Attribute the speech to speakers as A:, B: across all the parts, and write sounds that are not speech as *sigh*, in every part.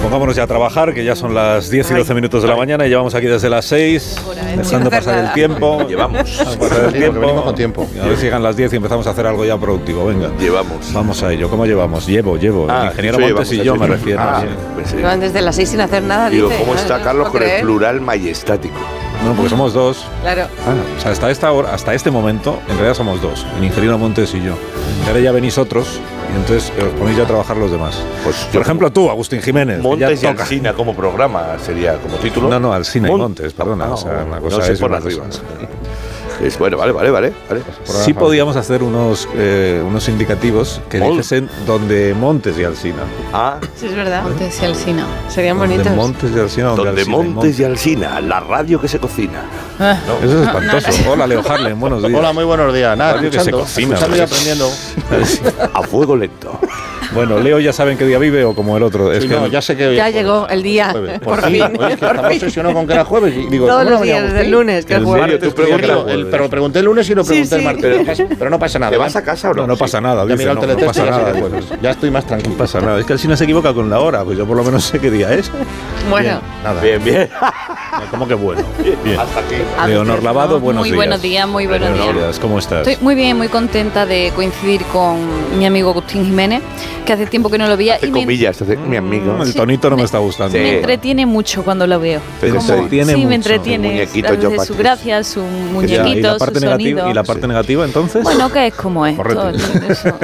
A: pues Vámonos ya a trabajar, que ya son las 10 y 12 minutos de la mañana y llevamos aquí desde las 6, dejando pasar el tiempo.
B: Llevamos.
A: A pasar el tiempo.
C: con tiempo.
A: A ver si llegan las 10 y empezamos a hacer algo ya productivo. Venga.
B: Llevamos.
A: Vamos a ello. ¿Cómo llevamos? Llevo, llevo.
B: Ah,
A: el ingeniero
B: sí,
A: Montes y
B: llevamos,
A: yo
B: sí,
A: me
B: sí.
A: refiero.
B: Ah,
A: sí.
B: pensé.
D: Llevan desde las seis sin hacer nada,
B: Digo,
D: dice.
B: ¿cómo
D: No,
B: está
D: no
B: Carlos
D: puedo
B: con el
D: creer.
B: plural majestático?
A: No, porque somos dos.
D: Claro.
A: Ah, o sea, hasta, esta hora, hasta este momento, en realidad somos dos, el ingeniero Montes y yo. Y ahora ya venís otros y entonces eh, os ponéis ya a trabajar los demás.
B: Pues yo-
A: Por ejemplo, tú, Agustín Jiménez. que
B: Montes y
A: ya toca.
B: Alsina como programa sería, como título.
A: No, no, Alsina y
B: Mon-
A: Montes, perdona,
B: Ah,
A: o sea, una cosa
B: no sé
A: es
B: por
A: una
B: las
A: cosa. Pues
B: rivas. *laughs* Es bueno, vale, vale, vale. vale.
A: Sí podíamos hacer unos, eh, unos indicativos que
B: Mol.
A: dijesen donde Montes y Alsina.
B: Ah,
D: Sí, es verdad.
E: Montes y Alsina.
D: Serían
A: Donde
D: bonitos.
A: Montes y Alsina. Donde,
B: donde
A: Alsina y
B: Montes y Alsina, la radio que se cocina.
A: Montes. Eso es espantoso. Hola, Leo Harlem, buenos días. *laughs*
C: Hola, muy buenos días. Nada,
A: Radio que
C: escuchando,
A: se cocina,
C: escuchando y
A: ¿no?
C: aprendiendo.
B: A
A: *laughs*
B: fuego lento.
A: Bueno, Leo ya saben qué día vive o como el otro. Es
C: Sí,
A: que
C: no, ya sé que hoy
D: Ya
C: es
D: llegó
C: jueves.
D: el día.
C: Jueves.
D: Por
C: Oye,
D: fin.
C: es que estaba obsesionado con que era jueves. Y digo,
D: Todos
C: ¿cómo
D: los
C: no venía
D: días, desde el
C: Agustín?
D: lunes, que
A: ¿En
D: es jueves.
A: serio?
C: Yo
A: Tú preguntas-
C: digo, el- pero pregunté el lunes y lo pregunté el martes. Pero no pasa nada.
B: ¿Te vas a casa o no?
A: no, no pasa nada.
C: Ya
A: dice,
C: miro el
A: no, no pasa
C: teletexto y ya sé
A: nada.
C: que es
A: Bueno,
C: jueves. Ya estoy más
A: no
C: tranquilo.
A: pasa nada. Es que Alsina se equivoca con la hora, pues yo por lo menos sé qué día es.
D: Bueno,
A: Nada. *laughs*
B: Bien, bien.
A: ¿Cómo que bueno? Bien.
B: Hasta aquí.
A: Leonor Lavado, buenos
E: muy
A: días.
E: buenos días, muy buenos
A: Buenos
E: días.
A: días, ¿cómo estás?
E: Estoy muy bien, muy contenta de coincidir con mi amigo Agustín Jiménez, que hace tiempo que no lo veía
B: Hace
E: y me,
B: comillas, hace mi amigo.
A: Mm, El tonito no me está gustando.
E: me
B: Sí.
E: entretiene mucho cuando lo veo.
B: Te
E: Como-
A: entretiene
E: sí,
A: mucho.
E: me entretiene.
B: Su muñequito,
E: Hace
B: yo,
E: su
B: Patricia.
E: gracia, su
A: Ya, ¿Y la
E: muñequito, su
A: parte negativa,
E: sonido.
A: ¿y la parte
B: Sí.
A: negativa entonces?
E: Bueno, que es como es.
A: Correcto.
E: Todo, eso-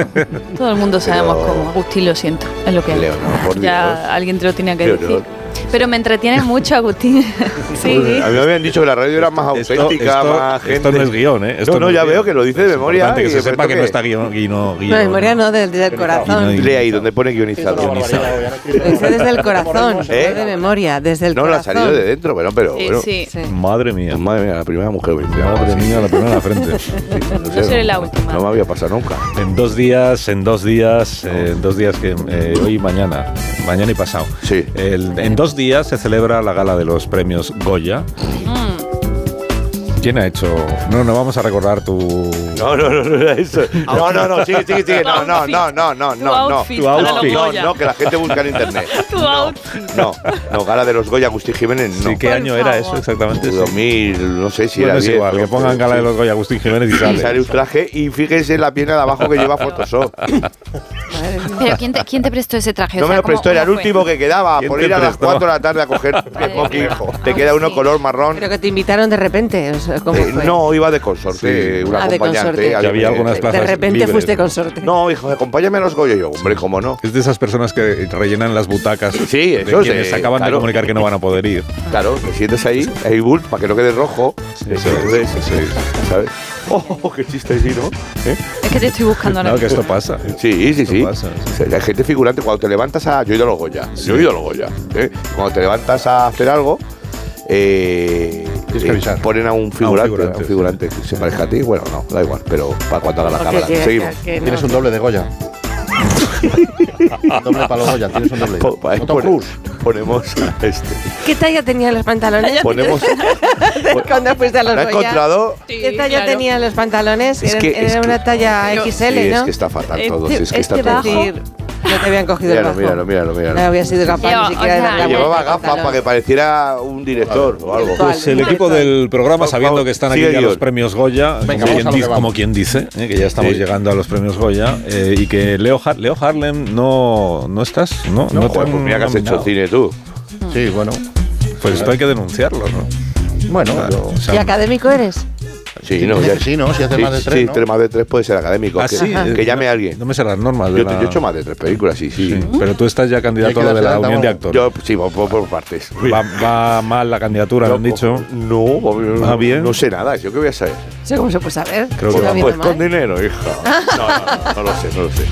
E: todo el mundo sabemos
B: Pero-
E: cómo. Agustín, lo siento, es lo que es.
B: Leonor, por
E: ya
B: Dios.
E: alguien te lo tenía que
B: Leonor.
E: decir. Pero me entretiene mucho, Agustín. *laughs* sí.
B: A mí me habían dicho que la radio era más auténtica, más gente.
A: esto no es guión, ¿eh? Esto
B: no, no,
A: es
B: ya
A: guión.
B: veo que lo dice
A: Es
B: de memoria
A: importante Que
B: y
A: se
B: de
A: sepa que
B: repente
A: no
B: que-
A: está guión, guión, guión.
D: no, memoria no, desde el corazón.
A: no,
B: Lee ahí donde pone
C: Sí, es una
B: guionizado.
C: barbaridad, voy a escribir.
D: Lo hice desde
B: *laughs*
D: el corazón,
B: ¿Eh?
D: no de memoria, desde el
B: No, la ha
D: corazón.
B: salido de Mm. dentro, pero, pero
E: Sí,
B: bueno.
E: sí.
D: Sí.
A: Madre mía.
B: Madre mía, la primera mujer que me dice,
A: Madre
B: "Ah, sí,
A: mía, la primera en la frente.
B: *laughs* no sé,
E: *laughs* Yo seré
B: no,
E: la última.
B: No me había pasado nunca.
A: En dos días, en dos días, eh, en dos días que eh, hoy y mañana, mañana y pasado.
B: Sí.
A: El- en dos días se celebra la gala de los premios Goya.
D: Mm.
A: ¿Quién ha hecho? No, no vamos a recordar tu.
B: No, no, no, no era eso. *laughs* No, no, no, sigue, sigue, sigue. No, no,
E: outfit.
B: no, no, no, no.
E: Tu
B: No,
E: outfit para los
B: no,
E: Goya.
B: no, que la gente busca en internet.
E: Tu outfit.
B: No, no, gala de los Goya, Agustín Jiménez, no.
A: Sí, ¿Qué
E: Por
A: año era
E: favor.
A: eso exactamente? Sí.
B: 2000, no sé si
A: Bueno,
B: era
A: es
B: 10,
A: igual, que
B: pero-
A: pongan gala de los Goya Agustín Jiménez y
B: Y sale
A: sale.
B: un traje y fíjense la pierna de abajo que lleva Photoshop.
D: Madre mía.
B: *laughs*
E: Pero ¿quién te, quién te prestó ese traje?
B: No
E: O
B: me
E: sea,
B: lo
E: ¿cómo-
B: prestó, era el
E: cómo fue?
B: último que quedaba
A: ¿Quién
B: por
A: te
B: ir a las
A: prestó?
B: 4 de la tarde a coger smoking. Te queda uno color marrón.
D: Pero que te invitaron de repente, o sea, ¿cómo
B: Eh,
D: fue?
B: no, iba de consorte,
A: Sí.
B: una
D: Ah, de
B: acompañante.
D: consorte. Ya
B: alguien
A: había
B: que-
A: algunas
B: Sí.
A: plazas.
D: de repente
A: libres,
D: fuiste
A: ¿no?
D: consorte.
B: No, hijo, acompáñame a los Goya. Yo, hombre, cómo no.
A: Es de esas personas que rellenan las butacas.
B: Sí,
A: de
B: eso es
A: quienes
B: de-
A: acaban de
B: claro.
A: comunicar que no van a poder ir.
B: Claro, te sientes ahí, ahí bull, para que no quede rojo.
A: eso
B: Entonces,
A: es, eso es.
B: ¿Sabes? *laughs* Oh, qué chiste, sí, ¿no? ¿Eh?
E: Es que te estoy buscando ahora.
A: No, que esto pasa.
B: Sí, sí, sí.
A: Eso pasa, sí.
B: O sea, Hay gente figurante. Cuando te levantas a. Yo he ido a los Goya. Yo he ido a los Goya. ¿eh? Cuando te levantas a hacer algo. Eh,
C: Tienes que
B: eh,
C: avisar.
B: ponen a un figurante, a un figurante,
A: figurante,
B: que se parezca a ti. Bueno, no, da igual, pero para cuando haga la
D: Porque
B: cámara.
D: que-
B: Seguimos.
D: que- que no.
C: Tienes un doble de Goya. *laughs* doble para los Goya, tienes un doble.
B: Po- ahí
C: Otro
B: pone-
C: plus.
B: ponemos
D: *laughs*
B: este.
D: ¿Qué talla tenían los pantalones
B: *laughs*
D: *laughs*
B: Ponemos.
D: cuando fuiste a los
B: ¿Lo ha
D: Goya?
B: encontrado?
D: ¿Qué talla tenían los pantalones?
B: Es
D: Era-
B: que-
D: era
B: es que-
D: una talla
B: Sí,
D: XL, ¿no?
B: es que está fatal
E: Eh,
B: todo.
E: sí,
B: Es que está
E: este
B: todo.
E: bajo.
B: fatal.
D: No te habían cogido
B: Míralo,
D: el bajo.
B: míralo, míralo, míralo.
D: No había sido capaz
E: Yo,
D: ni siquiera de
E: o sea,
D: dar la
B: Que
E: Vale,
B: llevaba
D: vuelta al
B: gafas para que
D: pantalón.
B: pareciera un director o algo.
D: Vale.
A: Pues el equipo del programa,
B: Por
A: sabiendo
B: favor,
A: que están aquí
B: sigue
A: ya
B: guión.
A: los premios Goya, como,
C: Venga, vamos
A: quien
C: a lo que
A: dice,
C: vamos.
A: como quien dice, eh, que ya estamos
B: Sí.
A: llegando a los premios Goya, eh, y que Leo, Har- Leo Harlem no, no estás, no, no, te
B: Joder,
A: han
B: pues mira que has hecho
A: nominado.
B: cine tú.
C: Sí, bueno.
A: Pues esto hay que denunciarlo, ¿no?
C: Bueno, yo-
A: O sea,
D: ¿Y académico eres?
B: Sí, no, ya
C: Sí, ¿no? Si hace
B: sí,
C: más de tres,
B: sí,
C: ¿no?
B: tres más de tres puede ser académico.
A: ah,
B: que,
A: sí,
B: que
A: eh,
B: llame
A: no-
B: a alguien.
A: No me sé las normas. de
B: yo, te-
A: la-
B: yo he hecho más de tres películas, sí, sí.
A: Sí, Pero tú estás ya candidato
C: Y hay
A: a
C: que
A: lo de
C: darse
A: la
C: alta,
A: Unión de
C: vamos.
A: Actores.
B: Yo, sí, por, por- por partes.
A: Va, va mal la candidatura, me han dicho.
B: No, no,
A: Ah, bien.
B: no sé nada. ¿Yo qué voy a saber?
D: No sé cómo se puede saber.
A: Creo
D: Si
A: que
D: no
A: va.
D: ha
B: Pues
D: habido
A: *laughs*
B: con
D: mal.
B: dinero, hija. No, no, no, no lo sé, no lo sé.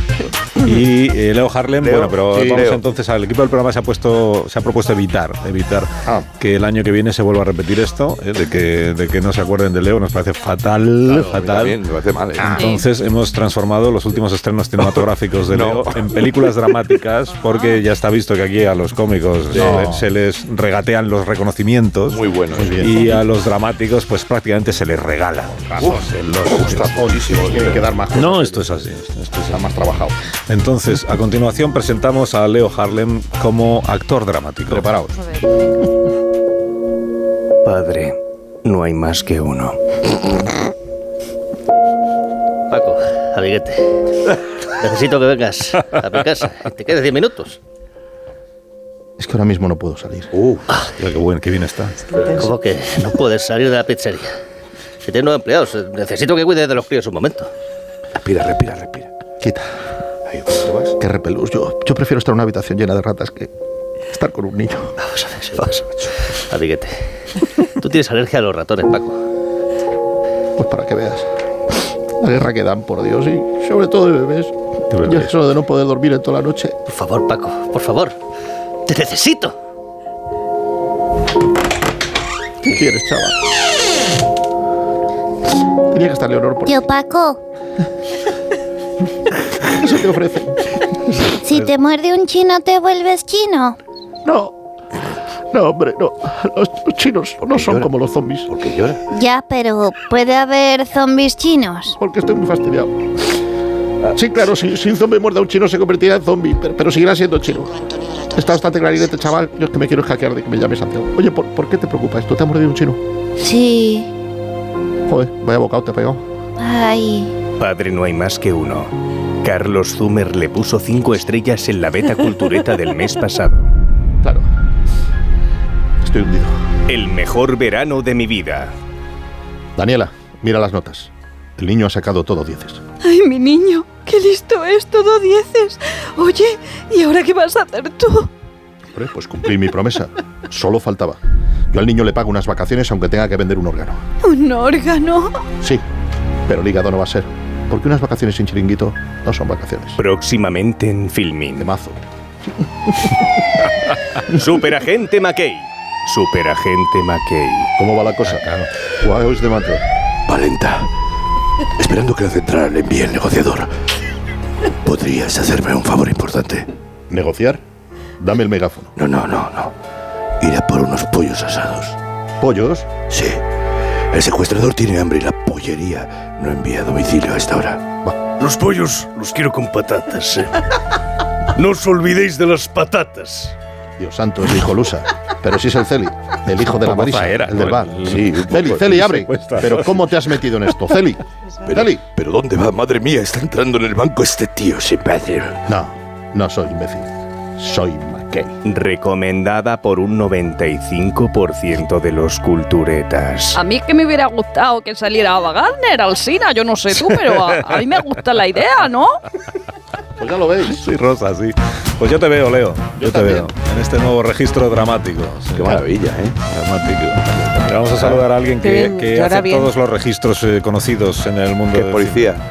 A: Y eh, Leo Harlem,
F: Leo,
A: bueno, pero
F: sí,
A: vamos
F: Leo.
A: entonces al equipo del programa se ha puesto, se ha propuesto evitar, evitar
C: Ah.
A: que el año que viene se vuelva a repetir esto, eh, de que, de que no se acuerden de Leo, nos parece fatal, fatal. Ah.
F: También, me parece mal. ¿eh?
B: Ah.
A: Entonces hemos transformado los últimos estrenos cinematográficos de
F: *laughs* No.
A: Leo en películas dramáticas porque ya está visto que aquí a los cómicos se
F: No.
A: le- se les regatean los reconocimientos
F: Muy bueno. eso.
A: y a los dramáticos pues prácticamente se les regala.
F: Uf, está buenísimo.
C: Tiene que dar más cosas.
A: No, esto es así. esto- esto es
C: Está más trabajado.
A: Entonces, a continuación presentamos a Leo Harlem como actor dramático.
C: Preparaos.
G: Padre, no hay más que uno.
H: Paco, amiguete. Necesito que vengas a mi casa. Te quedas 10 minutos.
C: Es que ahora mismo no puedo salir.
A: Uh, qué bueno, qué bien está.
H: Como que no puedes salir de la pizzería. Si tienes nuevos empleados, eh, necesito que cuides de los críos un momento.
F: Respira, respira, respira.
C: Quita.
F: Ahí, ¿dónde vas?
C: Qué repelús. Yo, yo prefiero estar en una habitación llena de ratas que estar con un niño.
H: Vamos a ver, sí, vamos a ver. Amiguete, tú tienes alergia a los ratones, Paco.
C: Pues para que veas. La guerra que dan, por Dios, y sobre todo de bebés.
A: De bebés.
C: Yo eso de no poder dormir en toda la noche.
H: Por favor, Paco, por favor. Te necesito.
C: ¿Qué quieres, chaval? Tenía que estar Leonor por
I: Tío Paco,
C: eso te ofrece.
A: Pues
I: si te muerde un chino te vuelves chino.
C: No. No, hombre, no. Los, los chinos no son como los zombies.
F: ¿Por qué llora?
I: Ya, pero puede haber zombies chinos.
C: Porque estoy muy fastidiado. Sí, claro, si, si un zombie muerde a un chino se convertirá en zombie, pero, pero seguirá siendo chino. Está bastante clarinete, chaval. Yo es que me quiero hackear de que me llames Santiago. Oye, ¿por, por qué te preocupa esto? ¿Te ha mordido un chino?
I: Sí.
C: Joder, vaya bocado te he pegado.
I: Ay.
G: Padre, no hay más que uno. Carlos Zumer le puso cinco estrellas en la beta cultureta del mes pasado.
C: Claro. Estoy hundido.
G: El mejor verano de mi vida.
C: Daniela, mira las notas. El niño ha sacado todo dieces.
J: Ay, mi niño, qué listo es, todo dieces. Oye, ¿y ahora qué vas a hacer tú?
C: Hombre, pues cumplí mi promesa. Solo faltaba. Yo al niño le pago unas vacaciones aunque tenga que vender un órgano.
J: ¿Un órgano?
C: Sí, pero el hígado no va a ser. Porque unas vacaciones sin chiringuito no son vacaciones.
G: Próximamente en
C: De
G: Filmin.
C: mazo.
G: Superagente McKay. Superagente McKay.
C: ¿Cómo va la cosa? Guau, es de mazo.
K: Ah, Valenta, esperando que la central le envíe el negociador, ¿podrías hacerme un favor importante?
C: ¿Negociar? Dame el megáfono.
K: No, no, no, no. Ir a por unos pollos asados.
C: ¿Pollos?
K: Sí. El secuestrador tiene hambre y la pollería no envía a domicilio a esta hora.
L: Los pollos los quiero con patatas. ¿eh? No os olvidéis de las patatas.
C: Dios santo, es Nicolusa. Pero si es el Celi, el hijo de la
A: Un poco
C: Marisa,
A: faera,
C: el del
A: ¿no?
C: bar.
A: El-
C: Sí,
A: un poco-
C: Celi, Celi,
A: sí,
C: abre.
A: cuesta.
C: Pero ¿cómo te has metido en esto, Celi? Celi.
K: ¿Pero dónde va? Madre mía, está entrando en el banco este tío sin imbécil.
C: No, no soy imbécil. Soy McKay.
G: Recomendada por un 95% de los culturetas.
J: A mí que me hubiera gustado que saliera Ava Gardner, Alsina, yo no sé tú, pero a, a mí me gusta la idea, ¿no?
C: Pues ya lo veis.
A: Sí, Rosa, sí. Pues yo te veo, Leo. Yo, te
C: también.
A: veo. En este nuevo registro dramático. Sí,
F: Qué maravilla, ¿eh?
A: Dramático. Pero vamos a saludar a alguien
D: Qué
A: que,
D: bien,
A: que
D: llora
A: hace
D: bien.
A: todos los registros eh, conocidos en el mundo
F: Que es
A: del
F: policía.
A: cine.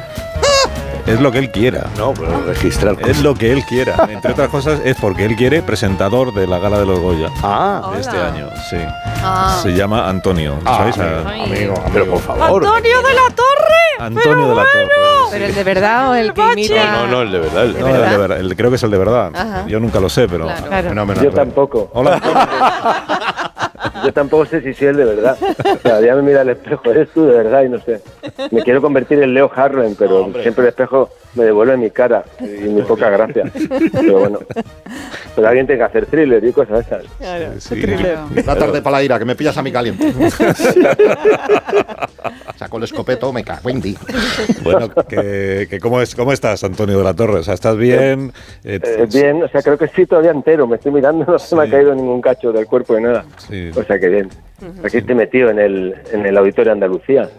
A: Es lo que él quiera.
F: No, pero registrar.
A: Es
F: cosas.
A: lo que él quiera. Entre otras cosas, es porque él quiere presentador de la Gala de los Goya
F: Ah,
A: de este
E: Hola.
A: año. Sí.
E: Ah.
A: Se llama Antonio.
B: Ah,
A: ¿lo ¿Sabéis?
E: Ay.
F: pero por favor.
J: ¡Antonio de la Torre!
A: Antonio de la Torre.
D: ¿Pero el de verdad o el que
J: bache.
D: imita?
F: No, no, el de verdad. el de
A: No,
F: verdad.
A: el de verdad- el- creo que es el de verdad.
E: Ajá.
A: Yo nunca lo sé, pero.
E: Claro.
D: Claro.
C: Fenómeno.
M: Yo tampoco.
A: Hola, Antonio.
M: Yo tampoco sé si soy el de verdad. O sea, ya me mira al espejo, eres tú de verdad y no sé. Me quiero convertir en Leo Harlem, pero siempre el espejo me devuelve mi cara y mi poca gracia. Pero bueno. Pero alguien tiene que hacer thriller y cosas esas.
A: Sí.
C: La tarde para la ira, que me pillas a
F: *laughs*
C: mi caliente. Saco el escopeto, me cago en ti.
A: Bueno, que, que ¿cómo, es, ¿cómo estás, Antonio de la Torre? O sea, ¿estás bien? Eh,
M: Eh, bien, o sea, creo que sí todavía entero. Me estoy mirando, no se me ha caído ningún cacho del cuerpo ni nada.
A: Sí.
M: O sea que bien. Aquí estoy metido en el, en el Auditorio Andalucía,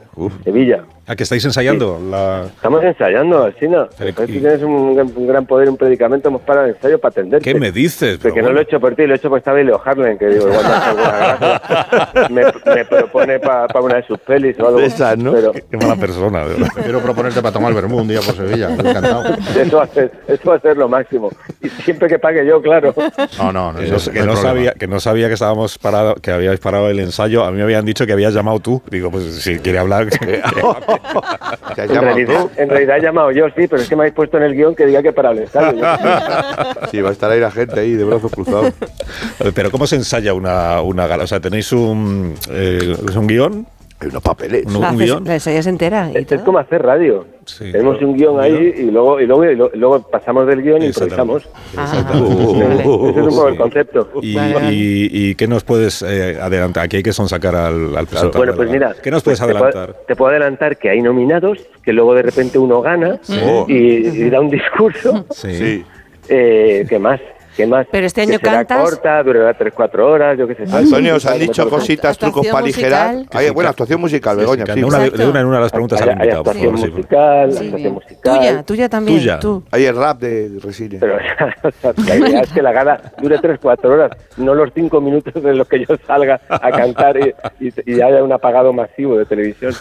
M: Sevilla.
A: ¿A que estáis ensayando? La...
M: Estamos ensayando, Alcina. Parece que tienes un, un gran poder, un predicamento, hemos parado el ensayo para atenderte.
A: ¿Qué me dices?
M: Porque no lo he hecho por ti, lo he hecho porque estaba Leo Harlan, que digo, igual me hace alguna gracia. me, me propone para una de sus pelis o algo.
A: De esas, ¿no?
M: Pero
A: Qué mala persona,
M: *laughs*
A: de verdad.
C: Quiero proponerte para tomar vermú un día por Sevilla. Encantado.
M: eso va, a ser, eso va a ser lo máximo. Y siempre que pague yo, claro.
C: No, no,
A: Que no,
C: eso
A: que
C: es
A: no
C: problema.
A: sabía, que no sabía que estábamos parado, que habíais parado el ensayo. A mí me habían dicho que habías llamado tú. Digo, pues si quiere hablar. que-
M: *laughs* En realidad, en realidad he llamado yo, sí, pero es que me habéis puesto en el guión que diga que para el ensayo.
A: *laughs*
B: Sí, va a estar ahí la gente ahí de brazos cruzados.
A: Pero ¿cómo se ensaya una, una gala? O sea, ¿tenéis un, eh, un guión?
B: Unos papeles.
A: ¿Un,
M: Ah,
A: un guión?
D: La ensayas entera. y
M: Es como hacer radio. Tenemos un guión ahí y luego, y luego, y luego- luego pasamos del guión y improvisamos.
A: Exactamente.
M: Ese es un poco el concepto.
A: ¿Y, y- y qué nos puedes eh, adelantar? Aquí hay que sonsacar al, al presentador.
M: bueno, pues mira,
A: ¿Qué nos puedes
M: pues te puedo-
A: adelantar?
M: Te puedo adelantar que hay nominados, que luego de repente uno gana
A: Sí. Oh.
M: y, y da un
A: *laughs*
M: discurso.
A: Sí.
M: Eh, ¿Qué más? ¿Qué más? Pero
D: este año
M: que será
D: cantas.
M: corta, durará 3-4 horas, yo qué sé.
B: Antonio, Ah, os han dicho cositas, trucos
M: Actuación
B: para aligerar.
M: musical.
B: Hay buena actuación musical, Begoña.
A: de una- de una en una las preguntas
B: Hay-
A: al
B: hay
A: invitado, por favor.
B: actuación
A: sí.
M: musical,
B: actuación musical.
D: Tuya, tuya también.
A: *laughs*
D: Tú.
B: Ahí el rap de Resine.
M: Pero *laughs* la idea es que la gala dure 3-4 horas, no los 5 minutos en los que yo salga a cantar y, y- y haya un apagado masivo de televisión.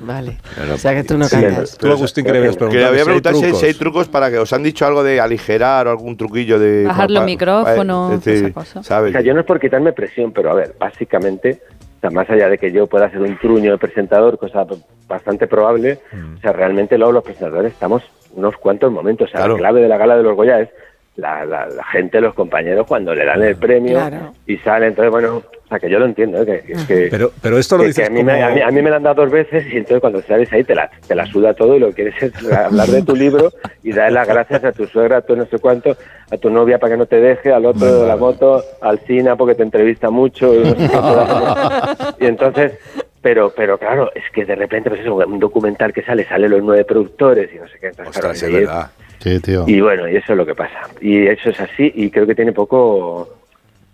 D: Vale. O sea que tú no
B: Sí,
D: cantas.
A: Tú, Agustín, que le habías
B: Que le
A: preguntado si hay
B: voy a preguntar si hay,
A: trucos.
B: si hay trucos para que os han dicho algo de aligerar o algún truquillo de.
N: Bajar los
B: pa- pa-
N: micrófonos,
B: eh, es decir,
N: esas cosas.
B: ¿sabes?
M: O sea, yo no es por quitarme presión, pero a ver, básicamente, o sea, más allá de que yo pueda ser un truño de presentador, cosa b- bastante probable,
A: Mm.
M: o sea, realmente luego los presentadores estamos unos cuantos momentos. O sea, la clave de la gala de los Goya es la, la- la gente, los compañeros, cuando le dan el premio
A: Claro.
M: y salen. Entonces, bueno, o sea, que yo lo entiendo, ¿eh? que, es que-
A: Pero, pero esto lo
M: que- que
A: dices
M: a, mí me,
A: como-
M: a, mí, a mí me la han dado dos veces y entonces cuando sales ahí te la, te la suda todo y lo que quieres *laughs* es hablar de tu libro y dar las gracias a tu suegra, a tu no sé cuánto, a tu novia para que no te deje, al otro de la moto, al Sina porque te entrevista mucho y, no sé qué, todas esas- y entonces... Pero, pero claro, es que de repente pues eso, un documental que sale, sale los nueve productores y no sé qué. Entonces, claro, ahí-
C: Sí, tío.
M: y bueno, y eso es lo que pasa. Y eso es así y creo que tiene poco...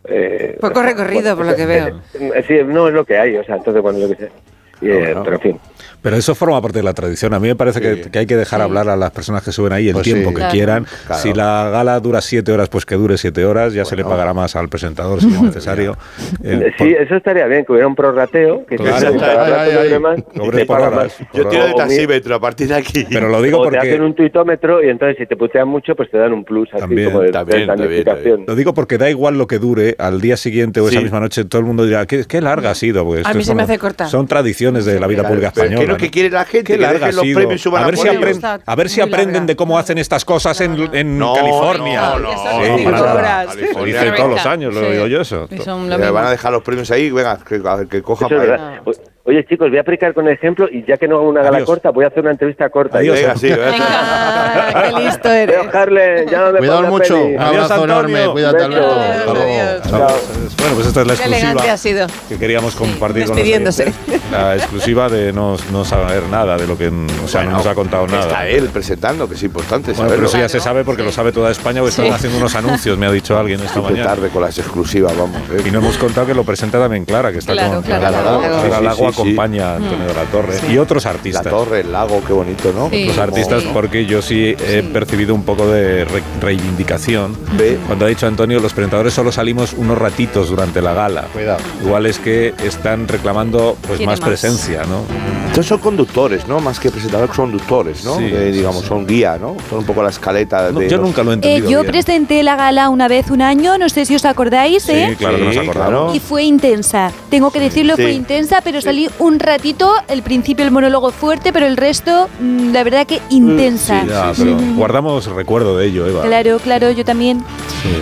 M: eh,
D: Poco recorrido, por lo que veo.
M: eh, *laughs* Sí, no es lo que hay, o sea, entonces cuando lo que sé.
A: Ah,
M: Y, eh, Pero en fin.
A: Pero eso forma parte de la tradición. A mí me parece que, que hay que dejar hablar a las personas que suben ahí el
B: Pues
A: tiempo
B: sí.
A: que
B: Claro.
A: quieran.
B: Claro.
A: Si la gala dura siete horas, pues que dure siete horas. Ya se le pagará más al presentador si es
B: *laughs*
A: necesario. Eh,
M: Sí, eso estaría bien, que hubiera un prorrateo, que
A: Claro.
M: se
A: Ay,
M: cada rato
A: ay, ay.
M: los demás,
A: Cobre
M: te
A: por
M: pagan
A: horas,
M: más.
A: por Yo tiro de
M: O- o mi-
B: Taxímetro a partir de aquí.
A: Pero lo digo
M: o
A: porque-
M: te hacen un tuitómetro y entonces si te putean mucho, pues te dan un plus así
A: También,
M: como de, de
A: también,
M: tamificación.
A: Lo digo porque da igual lo que dure, al día siguiente o esa misma noche todo el mundo dirá, qué, qué larga ha sido.
D: A
A: porque esto
D: mí
A: es
D: se me
A: como-
D: hace corta.
A: Son tradiciones de la vida pública
B: Pero ¿qué
A: española.
B: es lo
A: ¿no?
B: que quiere la gente?
A: Qué
B: Que
A: larga ha
B: dejen los
A: sido.
B: premios y suban
A: a
B: a
A: ver si
B: podio.
A: aprenden, a ver si aprenden de cómo hacen estas cosas en, en California.
B: no, no,
A: Sí,
B: no,
A: sí,
B: para nada.
A: nada.
B: California.
A: Lo dicen todos los años, lo
B: Sí.
A: digo yo eso.
N: Y son lo
B: Le
N: mismo.
B: Eh, van a dejar los premios ahí, venga, que, a- que coja
M: Eso es
B: para
M: verdad. O- Oye, chicos, voy a aplicar con el ejemplo y ya que no hago una gala
B: Adiós.
M: corta, voy a hacer una entrevista corta.
B: Adiós. Venga, sí, venga.
D: Qué listo eres.
M: Harlen, llámame
C: Cuidaos
M: para una
C: mucho.
M: peli.
C: Un
A: Ah,
C: abrazo
M: Antonio.
C: enorme. Cuídate,
M: Besos.
C: Alberto.
A: Hasta luego. Hasta luego. Bueno, pues esta es la
D: Qué elegante
A: exclusiva
D: ha sido.
A: que queríamos compartir con los
D: despidiéndose.
A: oyentes. La exclusiva de no, no saber nada de lo que, o sea, no nos ha contado nada.
B: Está él presentando, que es importante
A: Bueno, pero
B: saberlo.
A: eso ya se sabe porque lo sabe toda España, porque
B: Sí.
A: están haciendo unos anuncios, me ha dicho alguien esta
B: Siempre
A: mañana.
B: tarde con las exclusivas, vamos. ¿eh?
A: Y no hemos contado que lo presenta también Clara, que está
B: Claro,
A: con
B: claro,
A: Clara
B: claro.
A: Lago.
B: Sí,
A: Clara
B: sí,
A: Lago
B: sí, sí.
A: acompaña a Antonio de la Torre y otros artistas.
B: La torre, el lago, qué bonito, ¿no?
A: Otros artistas, porque yo sí he percibido un poco de re- reivindicación. Cuando ha dicho Antonio, los presentadores solo salimos unos ratitos durante la gala.
B: Cuidado.
A: Igual es que están reclamando pues
B: Pues Quiere
A: más,
B: más.
A: presencia, ¿no?
B: Entonces son conductores, ¿no? Más que presentadores, son conductores, ¿no?
A: Sí,
B: Eh,
A: sí,
B: digamos,
A: sí.
B: son guía, ¿no? Son un poco la escaleta Ah, de.
A: yo nunca lo he
E: Eh, yo presenté la gala una vez un año, no sé si os acordáis, ¿eh?
A: claro que nos acordamos.
E: Y fue intensa. Tengo que decirlo,
A: Sí.
E: fue intensa, pero salí un ratito, el principio el monólogo fuerte, pero el resto, mm, la verdad que intensa.
A: Sí, ya, pero
E: Mm,
A: guardamos recuerdo de ello, Eva.
E: Claro, claro, yo también.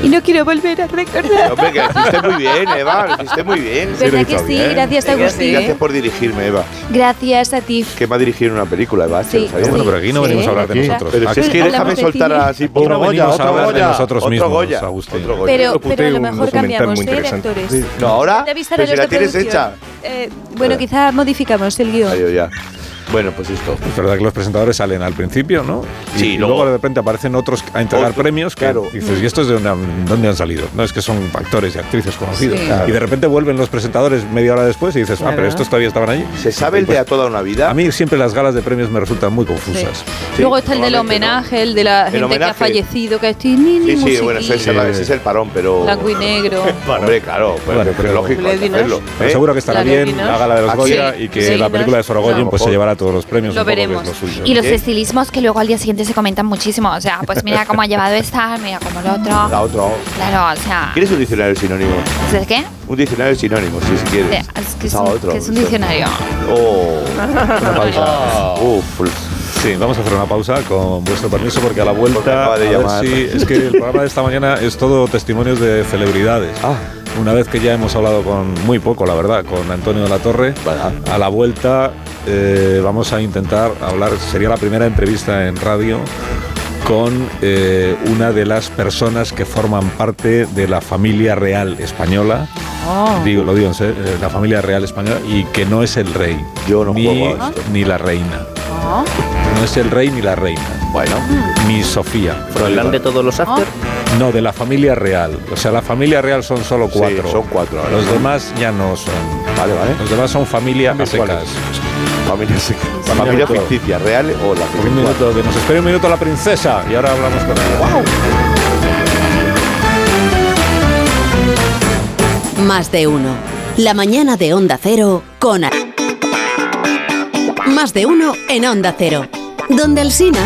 E: Y no quiero volver a recordar.
B: Hombre, que lo hiciste muy bien, Eva, lo hiciste muy bien.
E: Sí, lo ¿Verdad hizo que sí? bien. Gracias,
B: Venga,
E: Agustín. ¿eh?
B: Gracias por dirigirme, Eva.
E: Gracias a ti.
B: Que me ha dirigido una película, Eva.
E: Sí, Pues
A: Bueno, pero aquí no sí. venimos a hablar de
B: Aquí.
A: nosotros.
B: Pero si
A: Aquí
B: es que
E: hablamos
B: déjame
E: de
B: soltar
E: cine.
B: así.
A: Aquí no venimos a hablar de nosotros
B: otro
A: mismos,
B: Goya,
A: Agustín.
B: otro Goya.
E: Pero, pero a lo mejor cambiamos, ¿eh? De actores.
B: No, ahora.
E: De avisar a
F: pues
B: Pero si
E: los
B: la
E: de
B: tienes
E: producción.
B: hecha.
E: Eh, bueno, quizá modificamos el guión.
B: Adiós, ya.
F: Bueno, pues esto.
A: Es verdad que los presentadores salen al principio, ¿no? Y,
F: Sí,
A: y
F: luego-
A: luego, de repente aparecen otros a entregar
F: Otro,
A: premios. Que
F: claro.
A: Dices, ¿y estos de una- dónde han salido? No, es que son actores y actrices conocidos.
F: Sí. Claro.
A: Y de repente vuelven los presentadores media hora después y dices, ah, pero
F: Claro.
A: estos todavía estaban allí.
F: ¿Se sabe el de A Toda una Vida?
A: A mí siempre las galas de premios me resultan muy confusas.
E: Luego está el del homenaje, el de la gente que ha
F: homenaje.
E: fallecido, que ha estado ni,
F: Sí,
E: ni
F: sí, bueno, ese
E: musiquilla,
F: es, el, ese es el parón, pero.
E: blanco y
F: *laughs*
E: negro.
F: Hombre, claro, pues,
A: Bueno,
F: pero es lógico. hay que
E: Ledinos.
F: hacerlo,
A: Pero
F: ¿eh?
A: seguro que estará
E: Claro,
A: bien
E: Dinos.
A: la gala de los
F: Aquí.
A: Goya
F: Sí.
A: y que
F: Sí,
A: la
F: Dinos.
A: película de Sorogoyen
F: Claro.
A: pues se llevará todos los premios.
E: Lo
A: un poco, que es
E: veremos.
A: suyo.
O: Y los
A: ¿Eh?
O: estilismos que luego al día siguiente se comentan muchísimo. O sea, pues mira cómo ha llevado esta, mira cómo el otro.
F: La otra.
O: Claro, o sea.
F: ¿Quieres un diccionario del sinónimo?
O: ¿sabes qué?
F: Un diccionario del sinónimo, sí, si quieres.
O: Sí, Eh, es que es
F: Ah,
O: un-
F: otro.
O: que es un diccionario.
F: Oh. pues,
A: Una pausa. Sí, vamos a hacer una pausa con vuestro permiso porque a la vuelta
F: acaba de
A: a ver
F: llamar.
A: si- es que el programa de esta mañana es todo testimonios de celebridades.
F: Ah.
A: Una vez que ya hemos hablado con muy poco, la verdad, con Antonio de la Torre, a la vuelta eh, vamos a intentar hablar. Sería la primera entrevista en radio con eh, una de las personas que forman parte de la familia real española.
E: Oh.
J: Ah.
A: Digo, lo digo en serio, eh, la familia real española y que no es el rey. ni,
F: juego a
A: ni la reina. No es el rey ni la reina. Bueno.
O: Mm.
A: Ni Sofía.
H: ¿Froilán de todos los after?
A: No, de la familia real. O sea, la familia real son solo cuatro. son cuatro.
F: ¿eh?
A: Los demás ya no son. Vale, vale. Los demás son familia a secas.
F: Familia secas. Familia ficticia, real o la
A: Un minuto, que nos espere un minuto la princesa y ahora hablamos con ella.
P: Más de uno. La mañana de Onda Cero con... A- Más de uno en Onda Cero. Donde el Sina...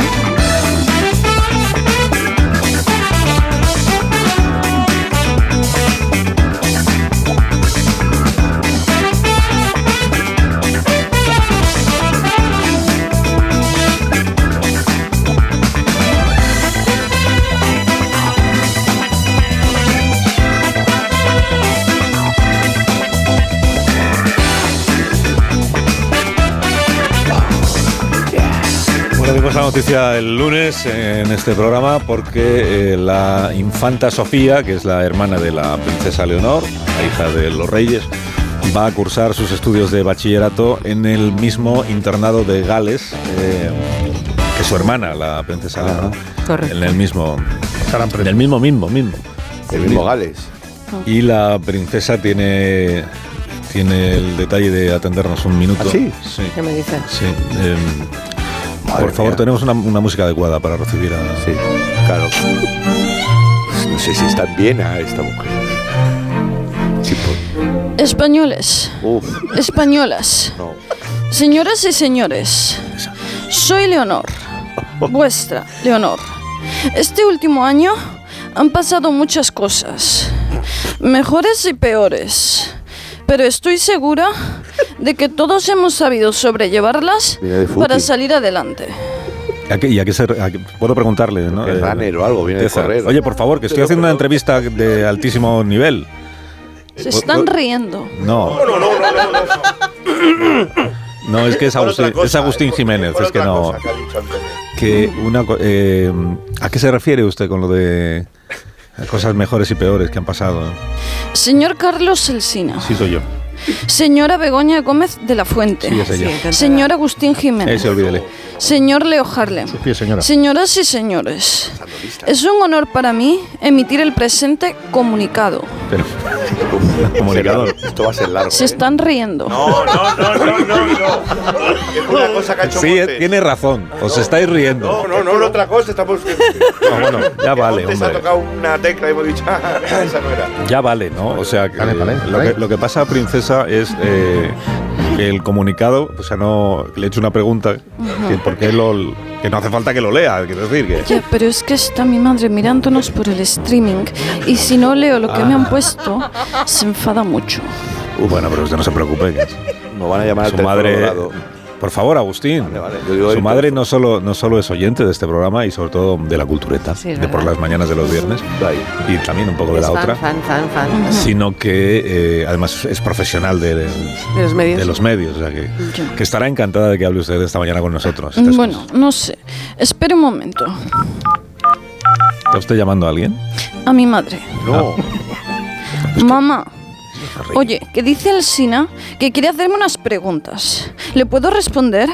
A: Bueno, dimos la noticia el lunes en este programa porque eh, la infanta Sofía, que es la hermana de la princesa Leonor, la hija de los reyes, va a cursar sus estudios de bachillerato en el mismo internado de Gales eh, que su hermana, la princesa Leonor. En el mismo... En el mismo, mismo, mismo.
F: El mismo Gales.
A: Y la princesa tiene, tiene el detalle de atendernos un
F: ¿Ah,
A: minuto.
D: sí?
A: Sí.
D: ¿Qué me dices?
A: Sí. em, por favor, tenemos una, una música adecuada para recibir a. Sí,
F: claro. No sé si está en Viena esta mujer. Sí,
J: Españoles,
F: pues, Uf.
J: españolas,
F: No.
J: señoras y señores, soy
A: *laughs*
J: Leonor, vuestra Leonor. Este último año han pasado muchas cosas, mejores y peores, pero estoy segura de que todos hemos sabido sobrellevarlas
A: Mira de futi.
J: para salir adelante.
A: ¿A qué, y a qué se- a qué- puedo preguntarle, ¿no? Eh,
F: Es runner o algo, viene de
A: César.
F: correr.
A: Oye, por favor, que estoy haciendo una entrevista de altísimo nivel. Eh,
J: Se están riendo.
A: No. No, es que es
F: Por otra
A: Agustín, es
F: cosa, eh,
A: Agustín Jiménez, es que no. Que una, co- eh, ¿A qué se refiere usted con lo de cosas mejores y peores que han pasado?
J: Señor Carlos Elsina,
A: Sí, soy yo.
J: señora Begoña Gómez de la Fuente,
A: Sí, es ella. Sí, encantada.
J: señor Agustín Jiménez,
A: Ese, olvídele.
J: Señor Leo Harlem.
A: Sí, señora.
J: Señoras y señores, es un honor para mí emitir el presente comunicado.
F: *laughs*
A: Pero.
F: Comunicador. Esto va a ser largo. ¿eh?
J: Se están riendo.
F: Es una cosa cacho.
A: Sí, eh, tiene razón. Os estáis riendo.
F: No, no, no, no, otra cosa. Estamos.
A: No, bueno, ya Ah, vale,
F: Se ha
A: hombre.
F: tocado una tecla y hemos dicho, ah, esa no era.
A: Ya vale, ¿no? O sea, que, lo, que, lo que pasa, princesa, es eh, que el comunicado, o sea, no le he hecho una pregunta, que por qué lo, que no hace falta que lo lea, quiero decir que...
J: Ya, pero es que está mi madre mirándonos por el streaming y si no leo lo que me han puesto, se enfada mucho.
A: Uh, bueno, pero usted no se preocupe.
F: Nos van a llamar al
A: su
F: teléfono
A: madre.
F: dorado.
A: Por favor, Agustín. su madre no solo, no solo es oyente de este programa y sobre todo de la cultureta,
D: Sí, es
A: de por
D: verdad.
A: las mañanas de los viernes, y también un poco de
D: Es
A: la
D: fan,
A: otra.
D: fan, fan, fan.
A: sino que eh, además es profesional de,
D: De los medios.
A: de los medios, o sea que,
J: Ya. Mm,
A: que estará encantada de que hable usted esta mañana con nosotros. ¿Está,
J: Bueno, no sé. Espere un momento.
A: está usted llamando a alguien? Ah,
J: A mi madre.
A: No.
J: Mamá. Oye, que dice el Sina que quiere hacerme unas preguntas. ¿Le puedo responder?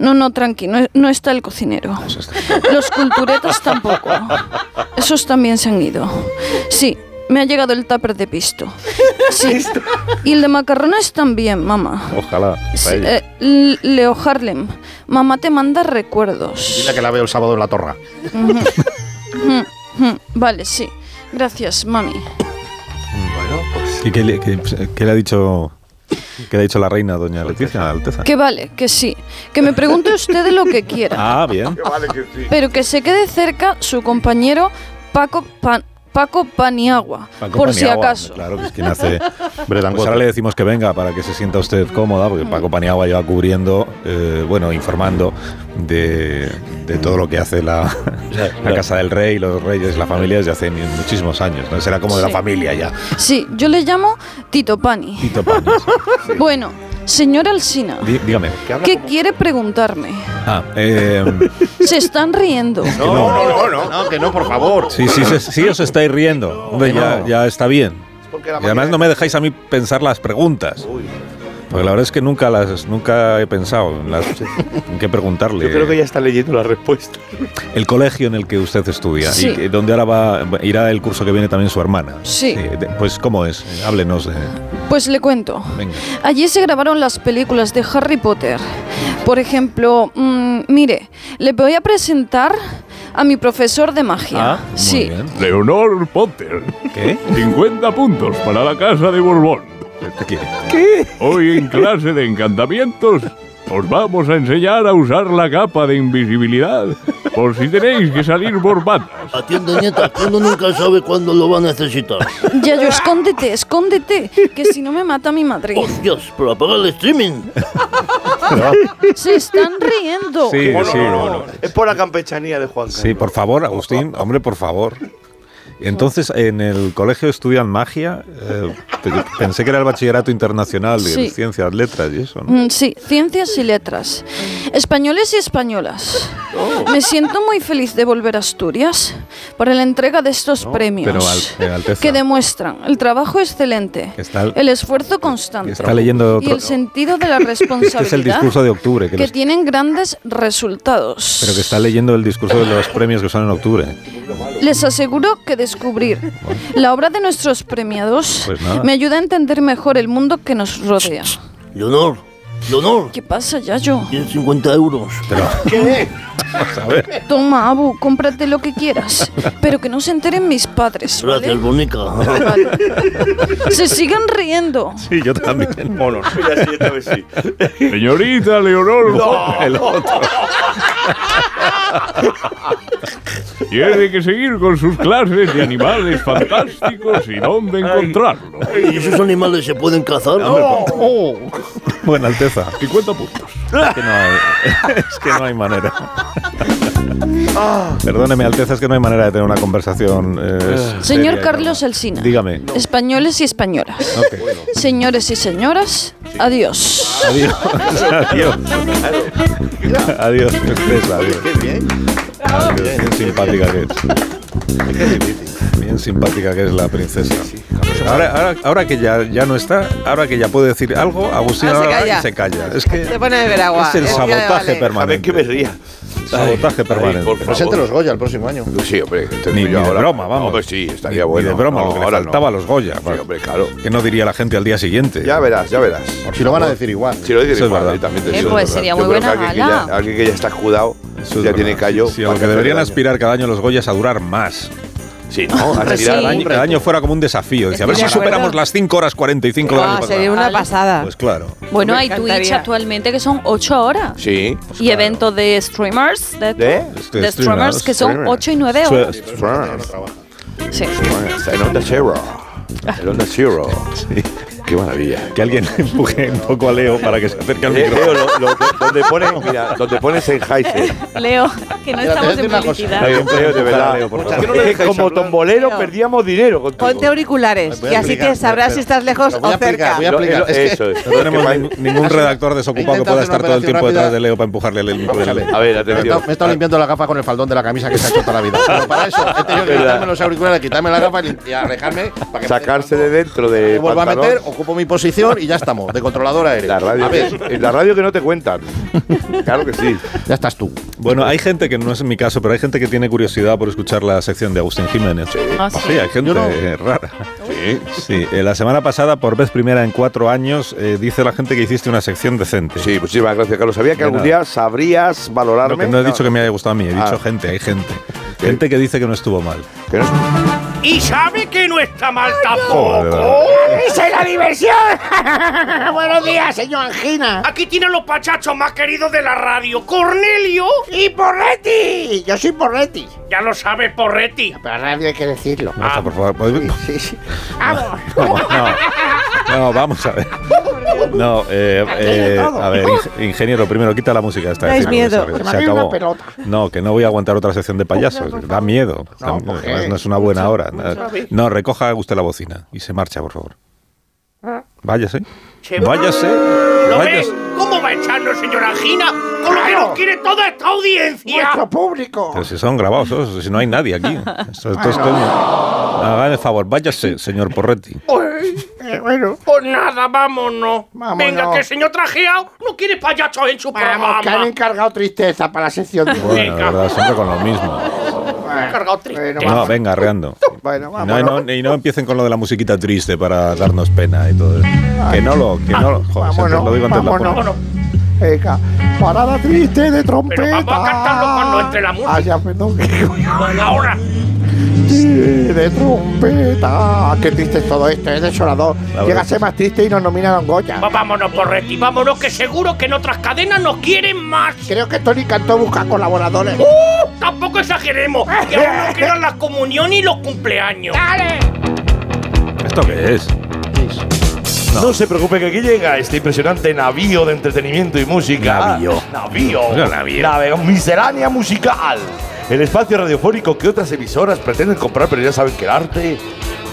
J: No, no, tranqui, no, no está el cocinero.
A: pues este,
J: Los culturetas tampoco. Esos también se han ido. Sí, me ha llegado el tupper de pisto. Sí. Y el de macarrones también, mamá.
A: Ojalá.
J: Sí, eh, L- Leo Harlem, mamá te manda recuerdos.
C: Dile que la veo el sábado en la torra.
J: Ujú. Ujú, ujú. Vale, sí. Gracias, mami.
A: ¿Y qué le, qué- qué le ha dicho qué le ha dicho la reina, doña Leticia, Alteza?
J: Que vale, que sí. Que me pregunte usted lo que quiera.
A: Ah, bien.
J: Pero que se quede cerca su compañero Paco Pan- Paco Paniagua,
A: Paco
J: por si
A: Paniagua,
J: acaso.
A: Claro, que es quien hace. Pues ahora le decimos que venga para que se sienta usted cómoda, porque Paco Paniagua lleva cubriendo, eh, bueno, informando de, de todo lo que
F: *laughs*
A: hace la, la Casa del Rey, los reyes, la familia desde hace mi- muchísimos años. ¿no? Será como de
J: Sí.
A: la familia ya.
J: Sí, yo le llamo Tito Pani.
A: Tito Pan.
J: Bueno, señor Alsina,
A: Dí- dígame.
J: ¿qué quiere preguntarme?
A: Ah, eh,
F: *laughs*
J: Se están riendo.
A: No, no,
C: no, que no, por favor.
A: sí, sí, sí, sí, os estáis riendo. Hombre, ya, ya está bien.
F: porque
A: Y además no me dejáis a mí pensar las preguntas. Porque la verdad es que nunca las nunca he pensado en, las, en qué preguntarle.
F: Yo creo que ya está leyendo la *laughs* respuesta.
A: El colegio en el que usted estudia
F: Sí.
A: y que- donde ahora va, irá el curso que viene también su hermana.
J: Sí.
A: de- Pues cómo es, háblenos de...
J: Pues le cuento.
A: Venga.
J: Allí se grabaron las películas de Harry Potter. Por ejemplo, mm, mire, le voy a presentar a mi profesor de
A: Ah,
J: magia. sí.
Q: Leonor Potter.
A: ¿Qué?
Q: 50 puntos para la casa de Borbón.
A: ¿Qué?
Q: Hoy en clase de encantamientos os vamos a enseñar a usar la capa de invisibilidad por si tenéis que salir borbatas.
R: Atiende, nieta, que uno nunca sabe cuándo lo va a necesitar.
J: Ya yo, escóndete, escóndete, que si no me mata mi
A: *laughs*
J: madre.
R: Dios, pero apaga el streaming.
J: Se están riendo.
A: Sí,
F: Oh,
A: sí.
F: Es por la campechanía de Juan.
A: Sí, por favor, Agustín, hombre, por favor. Entonces, en el colegio estudian magia. eh, pe- pensé que era el bachillerato internacional de
J: Sí.
A: ciencias, letras y eso. ¿no?
J: Mm, Sí, ciencias y letras. Españoles y españolas.
A: Oh.
J: Me siento muy feliz de volver a Asturias para la entrega de estos premios
A: Pero, al- eh, Alteza,
J: que demuestran el trabajo excelente,
A: Está-
J: el esfuerzo constante
A: está leyendo
J: y
A: otro-
J: el sentido de la
A: este
J: responsabilidad
A: *laughs* es el discurso de octubre, que,
J: que
A: los-
J: tienen grandes resultados.
A: pero que está leyendo el discurso de los premios que son en octubre.
J: Les aseguro que descubrir la obra de nuestros premiados
A: Pues nada.
J: me ayuda a entender mejor el mundo que nos rodea.
R: Leonor, Leonor,
J: ¿Qué pasa, Yayo?
R: tienes 50 euros.
A: Vamos *laughs* a ver.
J: Toma, Abu, cómprate lo que quieras, pero que no se enteren mis padres. ¿vale?
R: Gracias, bonica.
J: Se sigan riendo.
A: Sí, yo *laughs* también.
Q: Monos. Señorita Leonor Potter.
A: El otro.
Q: *laughs* Tiene que seguir con sus clases de animales fantásticos y dónde encontrarlos.
R: ¿Y esos animales se pueden cazar?
A: Buena Alteza.
Q: 50 pues, puntos.
A: Es que no hay, *laughs* es que no hay manera.
Q: Ah.
A: Perdóneme, Alteza, es que no hay manera de tener una conversación. eh, seria
J: Señor
A: y
J: Carlos Alsina,
A: Dígame.
J: españoles y españolas,
A: Ok.
J: señores y señoras, adiós.
A: Adiós. Adiós. Adiós. Alteza, adiós.
F: Ah,
A: Adiós. Bien simpática que es. Bien simpática que es la princesa. Ahora, ahora, ahora que ya, ya no está, ahora que ya puede decir algo, Agustín
D: Ah, se
A: ahora
D: calla.
A: se calla. Es que
D: Te pone a beber agua.
A: es el
D: Es que
A: sabotaje
D: vale.
A: permanente. que me ría. Sabotaje permanente.
C: Presente los Goya el próximo año.
F: Sí, hombre. te
A: Ni,
F: digo
A: ni
F: yo
A: de
F: ahora.
A: broma, vamos.
F: Hombre, sí, estaría
A: Ni- ni
F: bueno.
A: de broma,
F: No,
A: lo que le
F: ahora
A: faltaba
F: no.
A: a los Goya. pues.
F: Sí, hombre, claro.
A: Que no diría la gente al día siguiente.
F: Ya verás, ya verás.
C: Si lo van a decir igual.
F: Si lo dicen
A: Eso es
F: igual,
A: verdad.
F: ahí también te
A: Eh,
F: digo,
A: pues
F: es verdad.
A: sería
F: Yo
A: muy
F: creo
A: buena
F: que alguien, que
A: gala.
F: ya, alguien que ya está escudado, ya tiene callo.
A: Sí, aunque
F: para
A: deberían
F: hacer
A: aspirar cada año los Goyas a durar más.
F: Sí, ¿no? A
A: Pues
F: tirar-
A: cada, año, cada año fuera como un desafío. Dice, a ver
E: Estoy
A: si
E: de acuerdo.
A: superamos las 5 horas 45 del año
D: Ah,
A: pasado.
D: sería una pasada.
A: Pues claro.
E: Bueno,
D: Me
E: hay Twitch
D: encantaría.
E: actualmente que son 8 horas.
F: Sí.
E: y eventos de streamers, de,
F: ¿De?
E: de streamers que son 8 y 9 horas. Sí.
F: Bueno, está en Onda Zero. El Onda Zero. Qué maravilla.
A: Que alguien *laughs* empuje un poco a Leo para que se acerque al
F: Eh, Leo,
A: micrófono.
F: lo- lo- donde pone, mira, donde pone Sennheiser.
E: Leo, que no estamos en publicidad.
F: Leo, de verdad. Es que como tombolero perdíamos dinero con
D: Ponte auriculares
F: Voy
D: y
F: a
D: así
F: explicar,
D: que sabrás
F: espera.
D: si estás lejos
F: voy a
D: o cerca.
F: voy a explicar. Es que-
A: No
B: *laughs*
A: tenemos nin- ningún redactor desocupado que
C: Intenta
A: pueda
C: hacer una
A: estar todo el tiempo
C: operación
A: detrás
C: rápida.
A: de Leo para empujarle el micro.
F: A ver,
C: Me he estado- me he estado limpiando la gafa con el faldón de la camisa que se ha hecho toda la vida. Pero para eso este he
F: *laughs*
C: tenido que
F: Verdad.
C: quitarme los auriculares, quitarme la gafa y, lim- y arrejarme para que
F: Sacarse de dentro de
C: me vuelva a
F: Eh, pantalón.
C: meter o ocupo mi posición y ya estamos, de controlador aéreo.
F: La radio,
C: A ver.
F: En la radio que no te
A: *laughs*
F: cuentan. Claro que sí.
C: Ya estás tú.
A: Bueno, hay gente que no es en mi caso, pero hay gente que tiene curiosidad por escuchar la sección de Agustín Jiménez. Sí,
F: Ah, sí.
A: hay gente
F: Yo no.
A: eh, rara. Sí. eh, la semana pasada, por vez primera en cuatro años, eh, dice la gente que hiciste una sección decente.
F: Sí, muchísimas gracias, Carlos. Sabía que
A: De
F: algún
A: nada.
F: día sabrías
A: No,
F: valorarme.
A: que no he dicho que me haya gustado a mí, he dicho gente, hay gente. Gente que dice que no estuvo mal.
L: Y sabe que no está mal
A: Joder, de verdad.
S: ¡Esa es la diversión! *laughs* Buenos días, señor Angina.
L: Aquí tienen los pachachos más queridos de la radio, Cornelio
S: y Porretti. Yo soy Porretti.
L: Ya lo sabe Porretti.
S: Pero radio hay que decirlo.
A: No, está, por favor. ¿puedes-
S: Vamos.
A: Vamos, no. No, vamos a ver. No, eh, eh, a ver, ing- ingeniero, primero quita la música esta.
S: Dais miedo.
A: Se
S: Que me
A: acabó.
S: una pelota.
A: No, que no voy a aguantar otra sección de payasos. Da miedo. Da miedo.
S: ¿por qué?
A: Además, No es una buena
S: Mucho-
A: hora.
S: mucho aviso.
A: No, recoja usted la bocina y se marcha, por favor. Váyase.
L: Che,
A: Váyase.
L: ¿Lo ves?
A: Váyase.
L: ¿Cómo va a echarnos, señora Gina? ¿Con lo que nos quiere toda esta audiencia?
S: Nuestro público.
A: Pero si son grabados, oh, si no hay nadie aquí. Esto, esto es
S: *laughs* Bueno.
A: todo- Hagan el favor, váyase, señor Porretti.
S: Eh, bueno.
L: Pues nada, vámonos. Venga,
S: Vámonos.
L: que el señor trajeado no quiere payasos en su
S: Vamos, que han
L: programa.
S: encargado tristeza para la sección de
A: Bueno, de verdad, siempre con lo mismo.
S: Encargado tristeza.
A: No, venga, arreando.
S: *laughs* Bueno,
A: No, y, no, y no empiecen con lo de la musiquita triste para darnos pena y todo eso. Que no lo, que no lo. Joder, siempre
S: Ah, vámonos,
A: lo digo antes de la
S: vámonos.
A: puerta.
S: Venga, parada triste de trompeta.
L: cantarlo entre la música.
S: Ah, ya, perdón.
L: Ahora.
S: Sí, de trompeta. Qué triste es todo esto, es desolador.
L: verdad
S: Llega a
L: que
S: ser más triste y nos nominaron Goya.
L: Va- Vámonos, Porretti, vámonos, que seguro que en otras cadenas nos quieren más.
S: Creo que Tony Cantó busca colaboradores.
L: ¡Uh! Tampoco exageremos, que aún nos quedan las comuniones y los cumpleaños. ¡Dale!
A: ¿Esto qué es?
B: No. se preocupe que aquí llega este impresionante navío de entretenimiento y música. Ah,
G: Navío.
B: Navío.
G: No, navío.
B: Nave- miscelánea musical. El espacio radiofónico que otras emisoras pretenden comprar, pero ya saben que el arte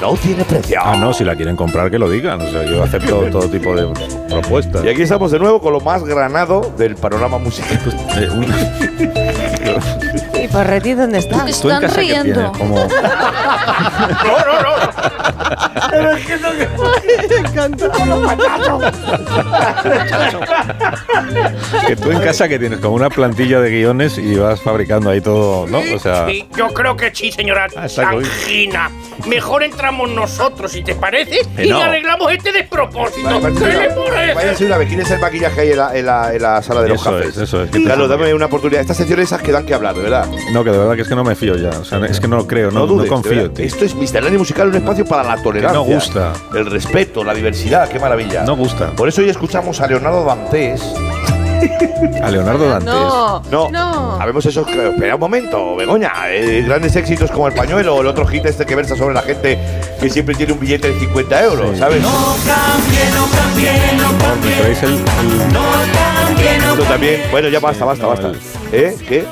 B: no tiene precio.
A: Ah, no, si la quieren comprar, que lo digan. O sea, yo acepto
S: *laughs*
A: todo tipo de propuestas.
B: Y aquí estamos de nuevo con lo más granado del panorama musical.
A: *laughs*
S: *laughs*
A: Eh,
D: ¿Y Porretti dónde está? *laughs*
J: Están ¿Tú en casa qué riendo. tienes?
A: Como...
S: Pero es que no me encanta.
A: Que tú en casa que tienes como una plantilla de guiones y vas fabricando ahí todo, ¿no? O sea,
L: Sí, yo creo que sí, señora
A: Ah, está cogido.
L: Angina. Mejor entramos nosotros, si te parece,
A: Que
L: y
A: no.
L: le arreglamos este despropósito.
F: Vale,
L: ¿Qué le
F: vaya,
L: parece?
F: váyanse una vez. ¿Quién es el maquillaje ahí en la, en la- en la sala de los
A: Eso
F: cafés?
A: es, eso es.
F: Carlos, dame una oportunidad. Estas secciones esas que dan que hablar, de verdad.
A: no, que de verdad que es que no me fío ya. O sea, es que no lo creo, no, no,
B: dudes, de
A: confío en
B: verdad.
A: ti.
B: Esto es miscelánea musical, un espacio para la tolerancia.
A: no gusta.
B: El respeto, la diversidad, qué maravilla.
A: No gusta.
B: Por eso hoy escuchamos a Leonardo Dantes.
A: A Leonardo Dantes.
B: No, no. Habemos esos. Espera un momento, Begoña. eh, grandes éxitos como El Pañuelo o el otro hit este que versa sobre la gente que siempre tiene un billete de 50 euros, ¿sabes?
A: ¿Traéis el, el-
B: Esto también. Bueno, ya basta, basta, basta. ¿Eh? ¿Qué?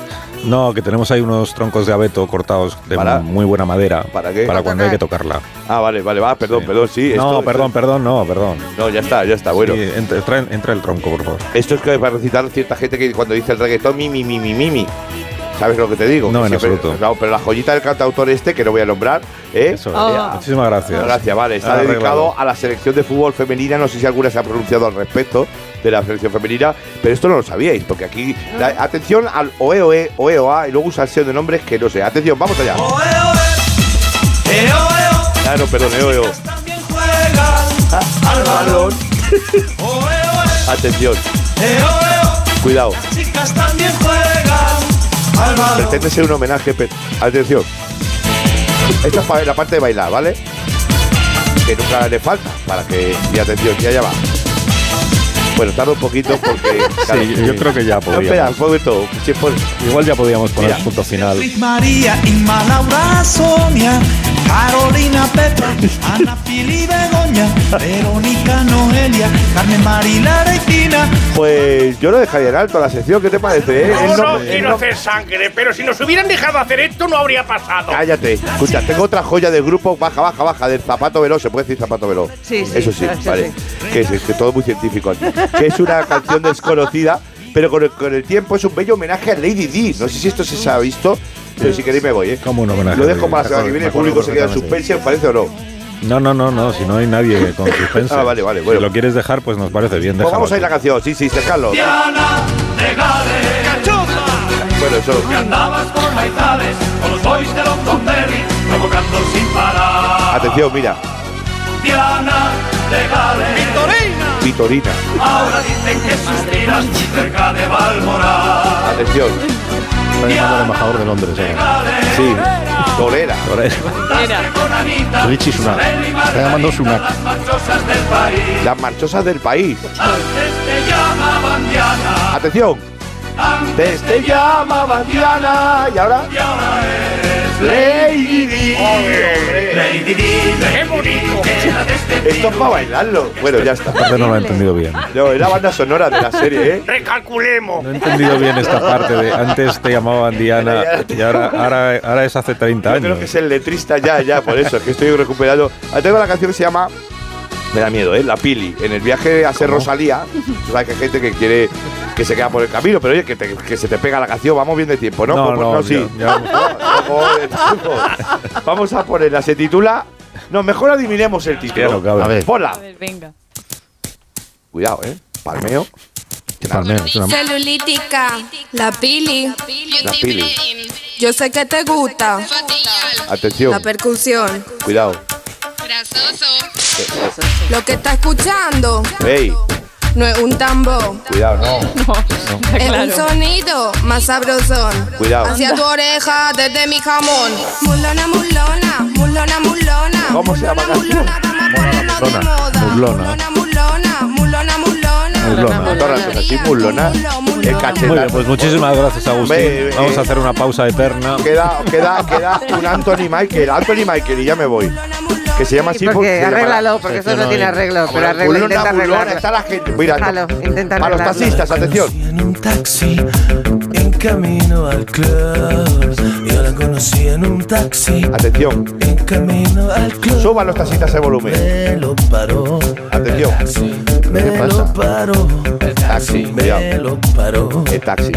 A: No, que tenemos ahí unos troncos de abeto cortados de muy buena madera.
B: ¿Para qué?
A: Para cuando hay que tocarla.
B: Ah, vale, vale, va, perdón, perdón, sí.
A: no,
B: esto-
A: perdón, perdón, no, perdón.
B: No, ya está, ya está, bueno.
A: Sí, entra, entra- entra el tronco, por favor.
B: Esto es que para recitar cierta gente que cuando dice el reggaetón, mi, mi, mi, mi, mi, mi. ¿Sabes lo que te digo?
A: No, en
B: Que siempre-
A: absoluto.
B: No, pero la joyita del cantautor este, que no voy a nombrar, ¿eh?
A: Eso es. Ah. Muchísimas gracias.
B: Gracias, vale. Está
A: Ahora
B: dedicado
A: arreglado.
B: a la selección de fútbol femenina. No sé si alguna se ha pronunciado al respecto de la selección femenina, pero esto no lo sabíais, porque aquí.
S: Ah.
B: la- atención al OEOE, OEOA, y luego usa el SEO de nombres que no sé. Atención, vamos allá. Ah, no, perdón, EOEO.
S: Al balón.
B: *laughs* Atención. Cuidado.
S: Chicas también juegan. Al
B: Pretende ser un homenaje, pero. Atención. Esta es pa- la parte de bailar, ¿vale? Que nunca le falta, para que. Y atención, ya ya va. Bueno, tarda un poquito porque. claro,
A: *laughs* Sí, yo creo que ya
B: No, espera, un
A: podíamos.
B: poquito. Sí, por-
A: Igual ya podíamos poner
B: Mira.
A: punto final.
S: María, Inma, Laura, Sonia, Carolina, Pepa, Ana, Fili, Begoña, Verónica, Noelia, Carmen, Marila, Regina.
B: Pues yo lo dejaría en alto la sección, ¿qué te parece? eh?
L: No,
B: Es
L: no,
B: nom- es
L: quiero
B: nom-
L: hacer sangre, pero si nos hubieran dejado hacer esto no habría pasado.
B: Cállate, escucha, tengo otra joya del grupo, baja, baja, baja, del zapato veloz, se puede decir zapato veloz.
L: Sí, sí,
B: Eso sí,
L: claro, sí,
B: vale. Que es, es que todo muy científico aquí. Que es una canción desconocida, pero con el, con el tiempo es un bello homenaje a Lady Di. No sé si esto se ha visto, pero si queréis me voy, ¿eh?
A: Como un homenaje.
B: Lo dejo para
A: saber
B: la semana que viene, el público se queda en suspense, ¿os parece o no? Pues
A: No, no, no, no, si no hay nadie
B: *laughs*
A: con suspense.
B: Ah, vale, vale, bueno.
A: Si lo quieres dejar, pues nos parece bien.
B: Pues
A: déjalo
B: vamos a ir la
A: aquí.
B: canción, sí, sí, Carlos. Bueno, eso.
L: andabas con maizales, con los boys de London Derry, provocando sin parar.
B: Atención, mira,
L: Diana de Gales. Victorina.
B: Vitorina.
L: Ahora dicen que sus tiras cerca de Balmoral.
B: Atención.
L: Está llamando al
B: embajador de Londres, Sí. Torera.
L: Con Anita.
B: Richie Sunak.
L: Sabel y
B: Está llamando
L: Margarita,
B: Sunak.
L: Las machosas del país.
B: Las marchosas del país.
L: Antes te llamaban Diana.
B: Atención.
L: Antes te llamaban Diana. ¿Y ahora? Y ahora es Lady Di. Lady Di. ¡Qué bonito!
B: Esto es para bailarlo. Bueno, ya está.
A: Entonces no lo he entendido bien. No
B: No, es la banda sonora de la serie, ¿eh?
L: Recalculemos.
A: he entendido bien esta parte de antes te llamaban
B: *laughs*
A: Diana y ahora, ahora, ahora es hace 30
B: Yo creo que
A: años.
B: es el letrista ya, ya, por eso, es que estoy recuperando. Ah, Tengo la canción que se llama. Me da miedo, ¿eh? La Pili. En el viaje a ser
A: *laughs*
B: Rosalía, tú sabes que hay gente que quiere que se queda por el camino, pero oye, que, te- que se te pega la canción, vamos bien de tiempo, ¿no?
A: No,
B: Pues, pues,
A: no,
B: sí.
A: ya-
B: Joder, chico. Vamos a ponerla, se titula. No, mejor adivinemos el título.
A: Claro, claro. A ver.
B: Ponla.
J: venga.
B: Cuidado, ¿eh? Palmeo.
A: Palmeo, es una-
T: Celulítica, la pili.
B: La Pili.
T: Yo sé que te gusta la
B: Atención,
T: percusión.
B: cuidado.
T: Lo que está escuchando
B: Ey,
T: no es un
E: *laughs*
T: tambor,
B: cuidado, no.
T: es un sonido más sabrosón.
B: Cuidado.
T: Hacia tu oreja desde mi jamón. Mulona, mulona, mulona, mulona.
B: ¿Cómo se llama la canción? Mulona.
T: Mulona, mulona, mulona.
A: Mulona.
B: Mulona. Sí, mulona. El
A: Muy bien,
B: cachetón.
A: pues muchísimas gracias,
B: Hombre, eh,
A: Agustín. Vamos a hacer una pausa eterna.
B: Queda, queda, queda un Anthony Michael. Anthony Michael, y ya me voy. Que se llama así
U: porque
B: se llamará-
U: arréglalo, porque eso no tiene arreglo, pero arregla,
B: Mulona,
U: intenta
B: mulona,
U: arreglarlo.
B: Está la gente. Mira,
U: Déjalo, intenta
B: a los
U: arreglarlo.
B: taxistas, atención.
C: En un taxi, en camino al club. Yo la conocí en un taxi.
B: Atención.
C: En camino al club.
B: Suban los taxistas el volumen.
C: Me lo paró.
B: Atención.
C: Me lo paró.
B: Taxi, cuidado.
C: Me lo paró.
B: El taxi.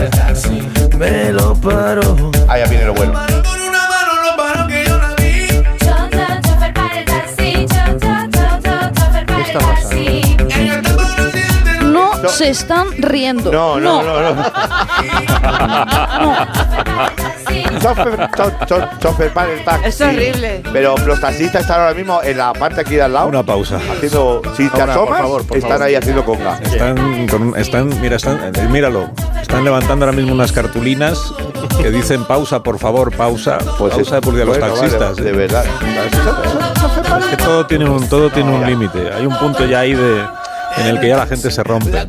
C: Me lo paró.
B: Ah, ya viene lo bueno.
E: No, se están riendo. ah,
B: No, no, no, no. Chofer, cho- cho- chofer para el taxi.
U: Es horrible.
B: Pero los taxistas están ahora mismo en la parte aquí de al lado.
A: Una pausa.
B: Haciendo, si te
A: Ahora, por
B: asomas,
A: favor, por
B: están
A: favor.
B: ahí haciendo conga.
A: Están, con- están, mira, están, eh, míralo. Están levantando ahora mismo unas cartulinas que dicen pausa, por favor, pausa. Pues pausa
B: es-
A: porque a los
B: bueno, vale,
A: taxistas. eh.
B: de verdad.
A: Es que todo tiene un, todo tiene un límite. Hay un punto ya ahí de, en el que ya la gente se rompe.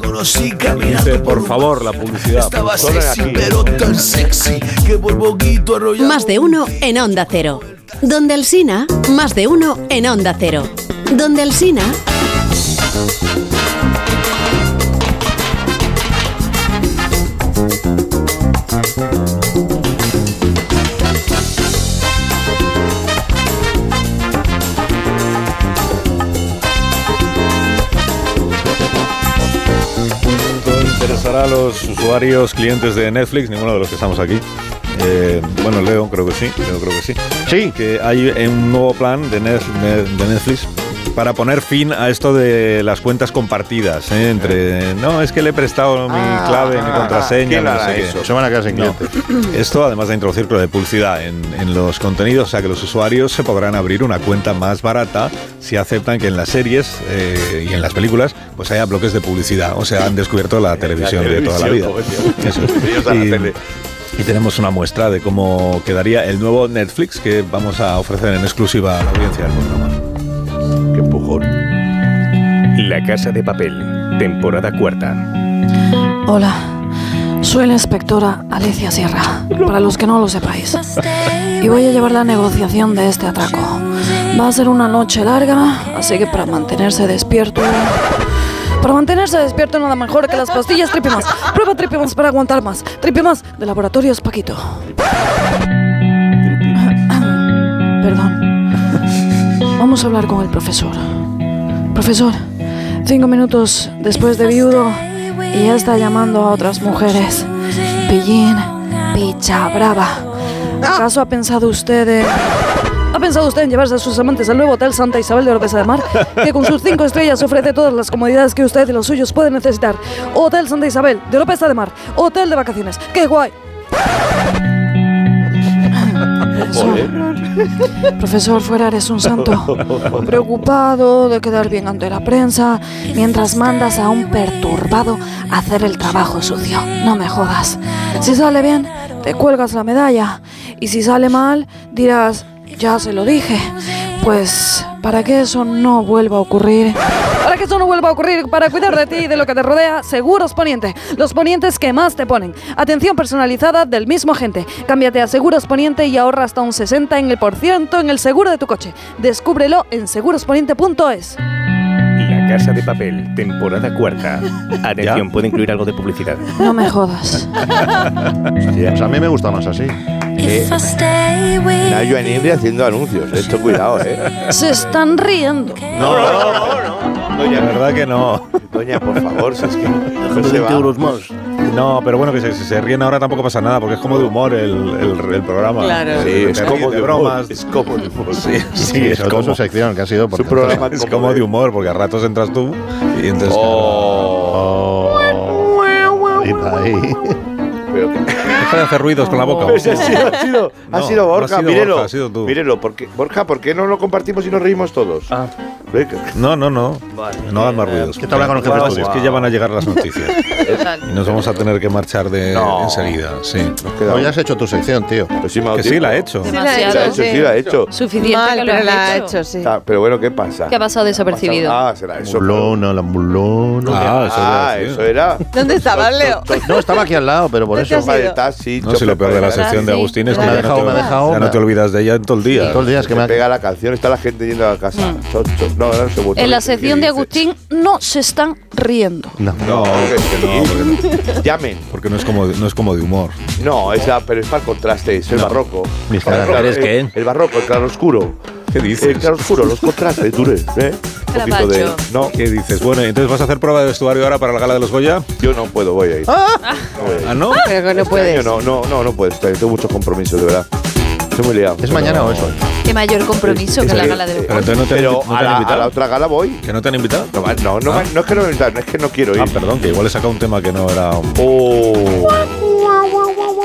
A: Dice, por favor, la publicidad.
C: Estaba
A: Solo en
C: sexy,
A: aquí.
C: pero tan sexy que por poquito arrollaba.
P: Más de uno en Onda Cero. Donde el Sina, más de uno en Onda Cero. Donde el Sina.
A: Esto interesará a los usuarios, clientes de Netflix, ninguno de los que estamos aquí. Eh, bueno, Leo, creo que sí. Leo, creo que sí. Sí. Que hay eh, un nuevo plan de, Nef- de- de Netflix para poner fin a esto de las cuentas compartidas. ¿eh? Entre, no, es que le he prestado mi clave, mi contraseña,
B: ¿quién
A: no
B: hará
A: sé qué.
B: eso?
A: Se van a quedar sin Esto, además de introducir lo de publicidad en, en los contenidos, o sea que los usuarios se podrán abrir una cuenta más barata si aceptan que en las series eh, y en las películas pues haya bloques de publicidad. O sea, han descubierto la televisión de toda la vida.
B: televisión, coño.
A: Eso es.
B: *laughs* Ellos a la tele.
A: Y tenemos una muestra de cómo quedaría el nuevo Netflix que vamos a ofrecer en exclusiva a la audiencia del programa.
G: ¡Qué empujón! La Casa de Papel, temporada cuarta.
E: Hola, soy la inspectora Alicia Sierra, para los que no lo sepáis. Y voy a llevar la negociación de este atraco. Va a ser una noche larga, así que para mantenerse despierto... Para mantenerse despierto nada mejor que las pastillas Tripimas. Prueba Tripimas para aguantar más. Tripimas de Laboratorios Paquito. Perdón. Vamos a hablar con el profesor. Profesor, cinco minutos después de viudo y ya está llamando a otras mujeres. Pillín, picha brava. ¿Acaso ha pensado usted en ¿Ha pensado usted en llevarse a sus amantes al nuevo Hotel Santa Isabel de Oropesa de Mar? Que con sus cinco estrellas ofrece todas las comodidades que usted y los suyos pueden necesitar. Hotel Santa Isabel de Oropesa de Mar. Hotel de vacaciones. ¡Qué guay! Profesor Fuerar es un santo. Preocupado de quedar bien ante la prensa, mientras mandas a un perturbado a hacer el trabajo sucio. No me jodas. Si sale bien, te cuelgas la medalla. Y si sale mal, dirás, ya se lo dije. Pues, para que eso no vuelva a ocurrir. Para que eso no vuelva a ocurrir, para cuidar de ti y de lo que te rodea, Seguros Poniente. Los ponientes que más te ponen. Atención personalizada del mismo agente. Cámbiate a Seguros Poniente y ahorra hasta un 60 en el por ciento en el seguro de tu coche. Descúbrelo en segurosponiente.es.
G: La Casa de Papel, temporada
A: *laughs*
G: cuarta. Atención, puede incluir algo de publicidad.
E: No me jodas.
B: a mí me gusta más así. Nayo en India haciendo anuncios. Esto cuidado, ¿eh?
E: *laughs* Se están riendo.
B: No, no, no.
A: Doña, la verdad que no.
B: Doña, por favor, si es que.
A: Déjame 20 euros más. No, pero bueno, que si, si se ríen ahora tampoco pasa nada, porque es como de humor el, el- el programa.
B: Claro. Sí, es
A: Te
B: como
A: ríes
B: de humor,
A: bromas.
B: Es como de humor.
A: Sí, sí,
B: Sí,
A: es
B: sobre todo
A: como
B: su
A: sección que ha sido por
B: programa
A: Es como de humor, porque a ratos entras tú y entonces.
B: Oh.
A: Oh. Deja de hacer ruidos con la boca.
B: Pues ha sido, ha sido, ha
A: No,
B: sido
A: no ha
B: Borja,
A: sido
B: mírelo.
A: Borja, ha sido tú.
B: Mírelo, porque, Borja, ¿por qué no lo compartimos y nos reímos todos? Ah.
A: No, no, no. No hagas más ruidos.
B: ¿qué tal habla con el jefe de
A: Guau,
B: estudio?
A: Es que ya van a llegar *laughs* las noticias. y nos vamos a tener que marchar de enseguida. Sí.
B: No, ya
A: has hecho tu sección, tío. Pues
B: sí,
A: que sí, la he hecho.
O: Sí, la he hecho,
B: hecho, sí, la he hecho.
O: Suficiente
H: Mal,
O: que lo
H: pero
O: has
H: la ha
O: hecho.
H: hecho, sí.
B: Ah, pero bueno, ¿qué pasa?
O: Que ha pasado desapercibido.
B: Ah, será eso.
C: Mulona, la mulona.
B: Ah, eso era, sí. eso era.
H: ¿Dónde estaba Leo?
C: No, estaba aquí al lado, pero por
H: ¿Dónde
C: eso.
H: te has ido?
A: No, si lo peor de la sección de Agustín es que
C: Me ha
A: ya no
C: dejado,
A: te-
C: me ha dejado.
A: ya no te olvidas de ella en todo el día.
C: Todo el día es que me ha
B: Pega la canción, está la gente yendo a la casa. Cho, cho. No, no, se
A: pues
B: votó.
E: En la sección de Agustín no se están riendo.
A: No, porque no, porque no.
B: Llamen.
A: Porque no es como de, no es como de humor.
B: No, esa, pero es para el contraste, es el barroco.
A: Mis caras.
B: El-
A: ¿Crees que?
B: El, el barroco, el claroscuro.
A: ¿Qué dices?
B: El claroscuro, los contrastes, dure. ¿eh? Un poquito de.
A: No. ¿Qué dices? Bueno, entonces vas a hacer prueba de vestuario ahora para la gala de los Goya.
B: Yo no puedo, voy a ir.
H: Ah,
A: Ah, no.
H: Pero que no
B: Este año
H: puedes.
B: no, no, no, no puedes. Tengo muchos compromisos, de verdad. Estoy muy liado. ¿Es mañana o eso?
O: Qué mayor compromiso que la gala de
A: Pero entonces no te,
B: Pero
A: no te
B: a
A: han
B: la-
A: invitado.
B: a la otra gala voy.
A: ¿Que no te han invitado?
B: No, no, no, no es que no me invitaron, es que no quiero ir. Oh,
A: Ah, perdón, que igual he sacado un tema que no era. un-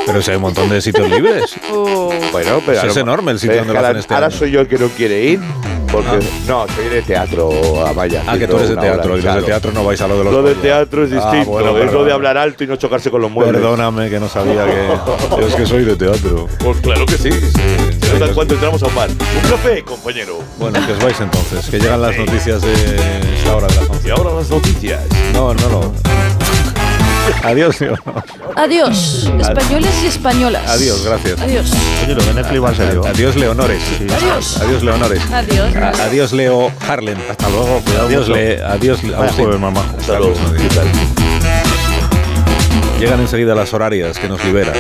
A: Pero si hay un montón de sitios *laughs* libres.
B: Bueno, pero.
A: Eso
B: a lo-
A: es enorme el sitio
B: pero
A: donde lo hacen
B: es que ahora-
A: este
B: Ahora
A: año.
B: soy yo el que no quiere ir. Porque. No, soy de teatro, Amaya.
A: Ah, que tú eres de teatro, y los de teatro no vais a lo de los
B: Lo de
A: Goya.
B: teatro es
A: Ah,
B: distinto.
A: bueno,
B: es lo
A: perdón.
B: de hablar alto y no chocarse con los muebles.
A: Perdóname que no sabía *laughs* que. Yo es que soy de teatro.
B: Pues claro que sí. Se nota cuando entramos a un bar. Un café, compañero.
A: Bueno, que os vais entonces, que llegan las noticias de esta hora de las 11.
B: Y ahora las noticias.
A: No, no, *laughs* no. Adiós, tío.
E: Adiós, españoles y españolas.
A: Adiós, gracias.
E: Adiós.
A: Oye, lo de Netflix va Adiós, Leonores.
E: Adiós.
A: Adiós, Leonores.
E: Adiós.
A: A- Adiós, Leo Harlem. Hasta luego,
B: cuidado
A: Adiós,
B: mucho.
A: Le. Adiós,
B: Vaya
A: Agustín.
B: jueves, mamá. Hasta luego.
A: Llegan enseguida las horarias que nos liberan.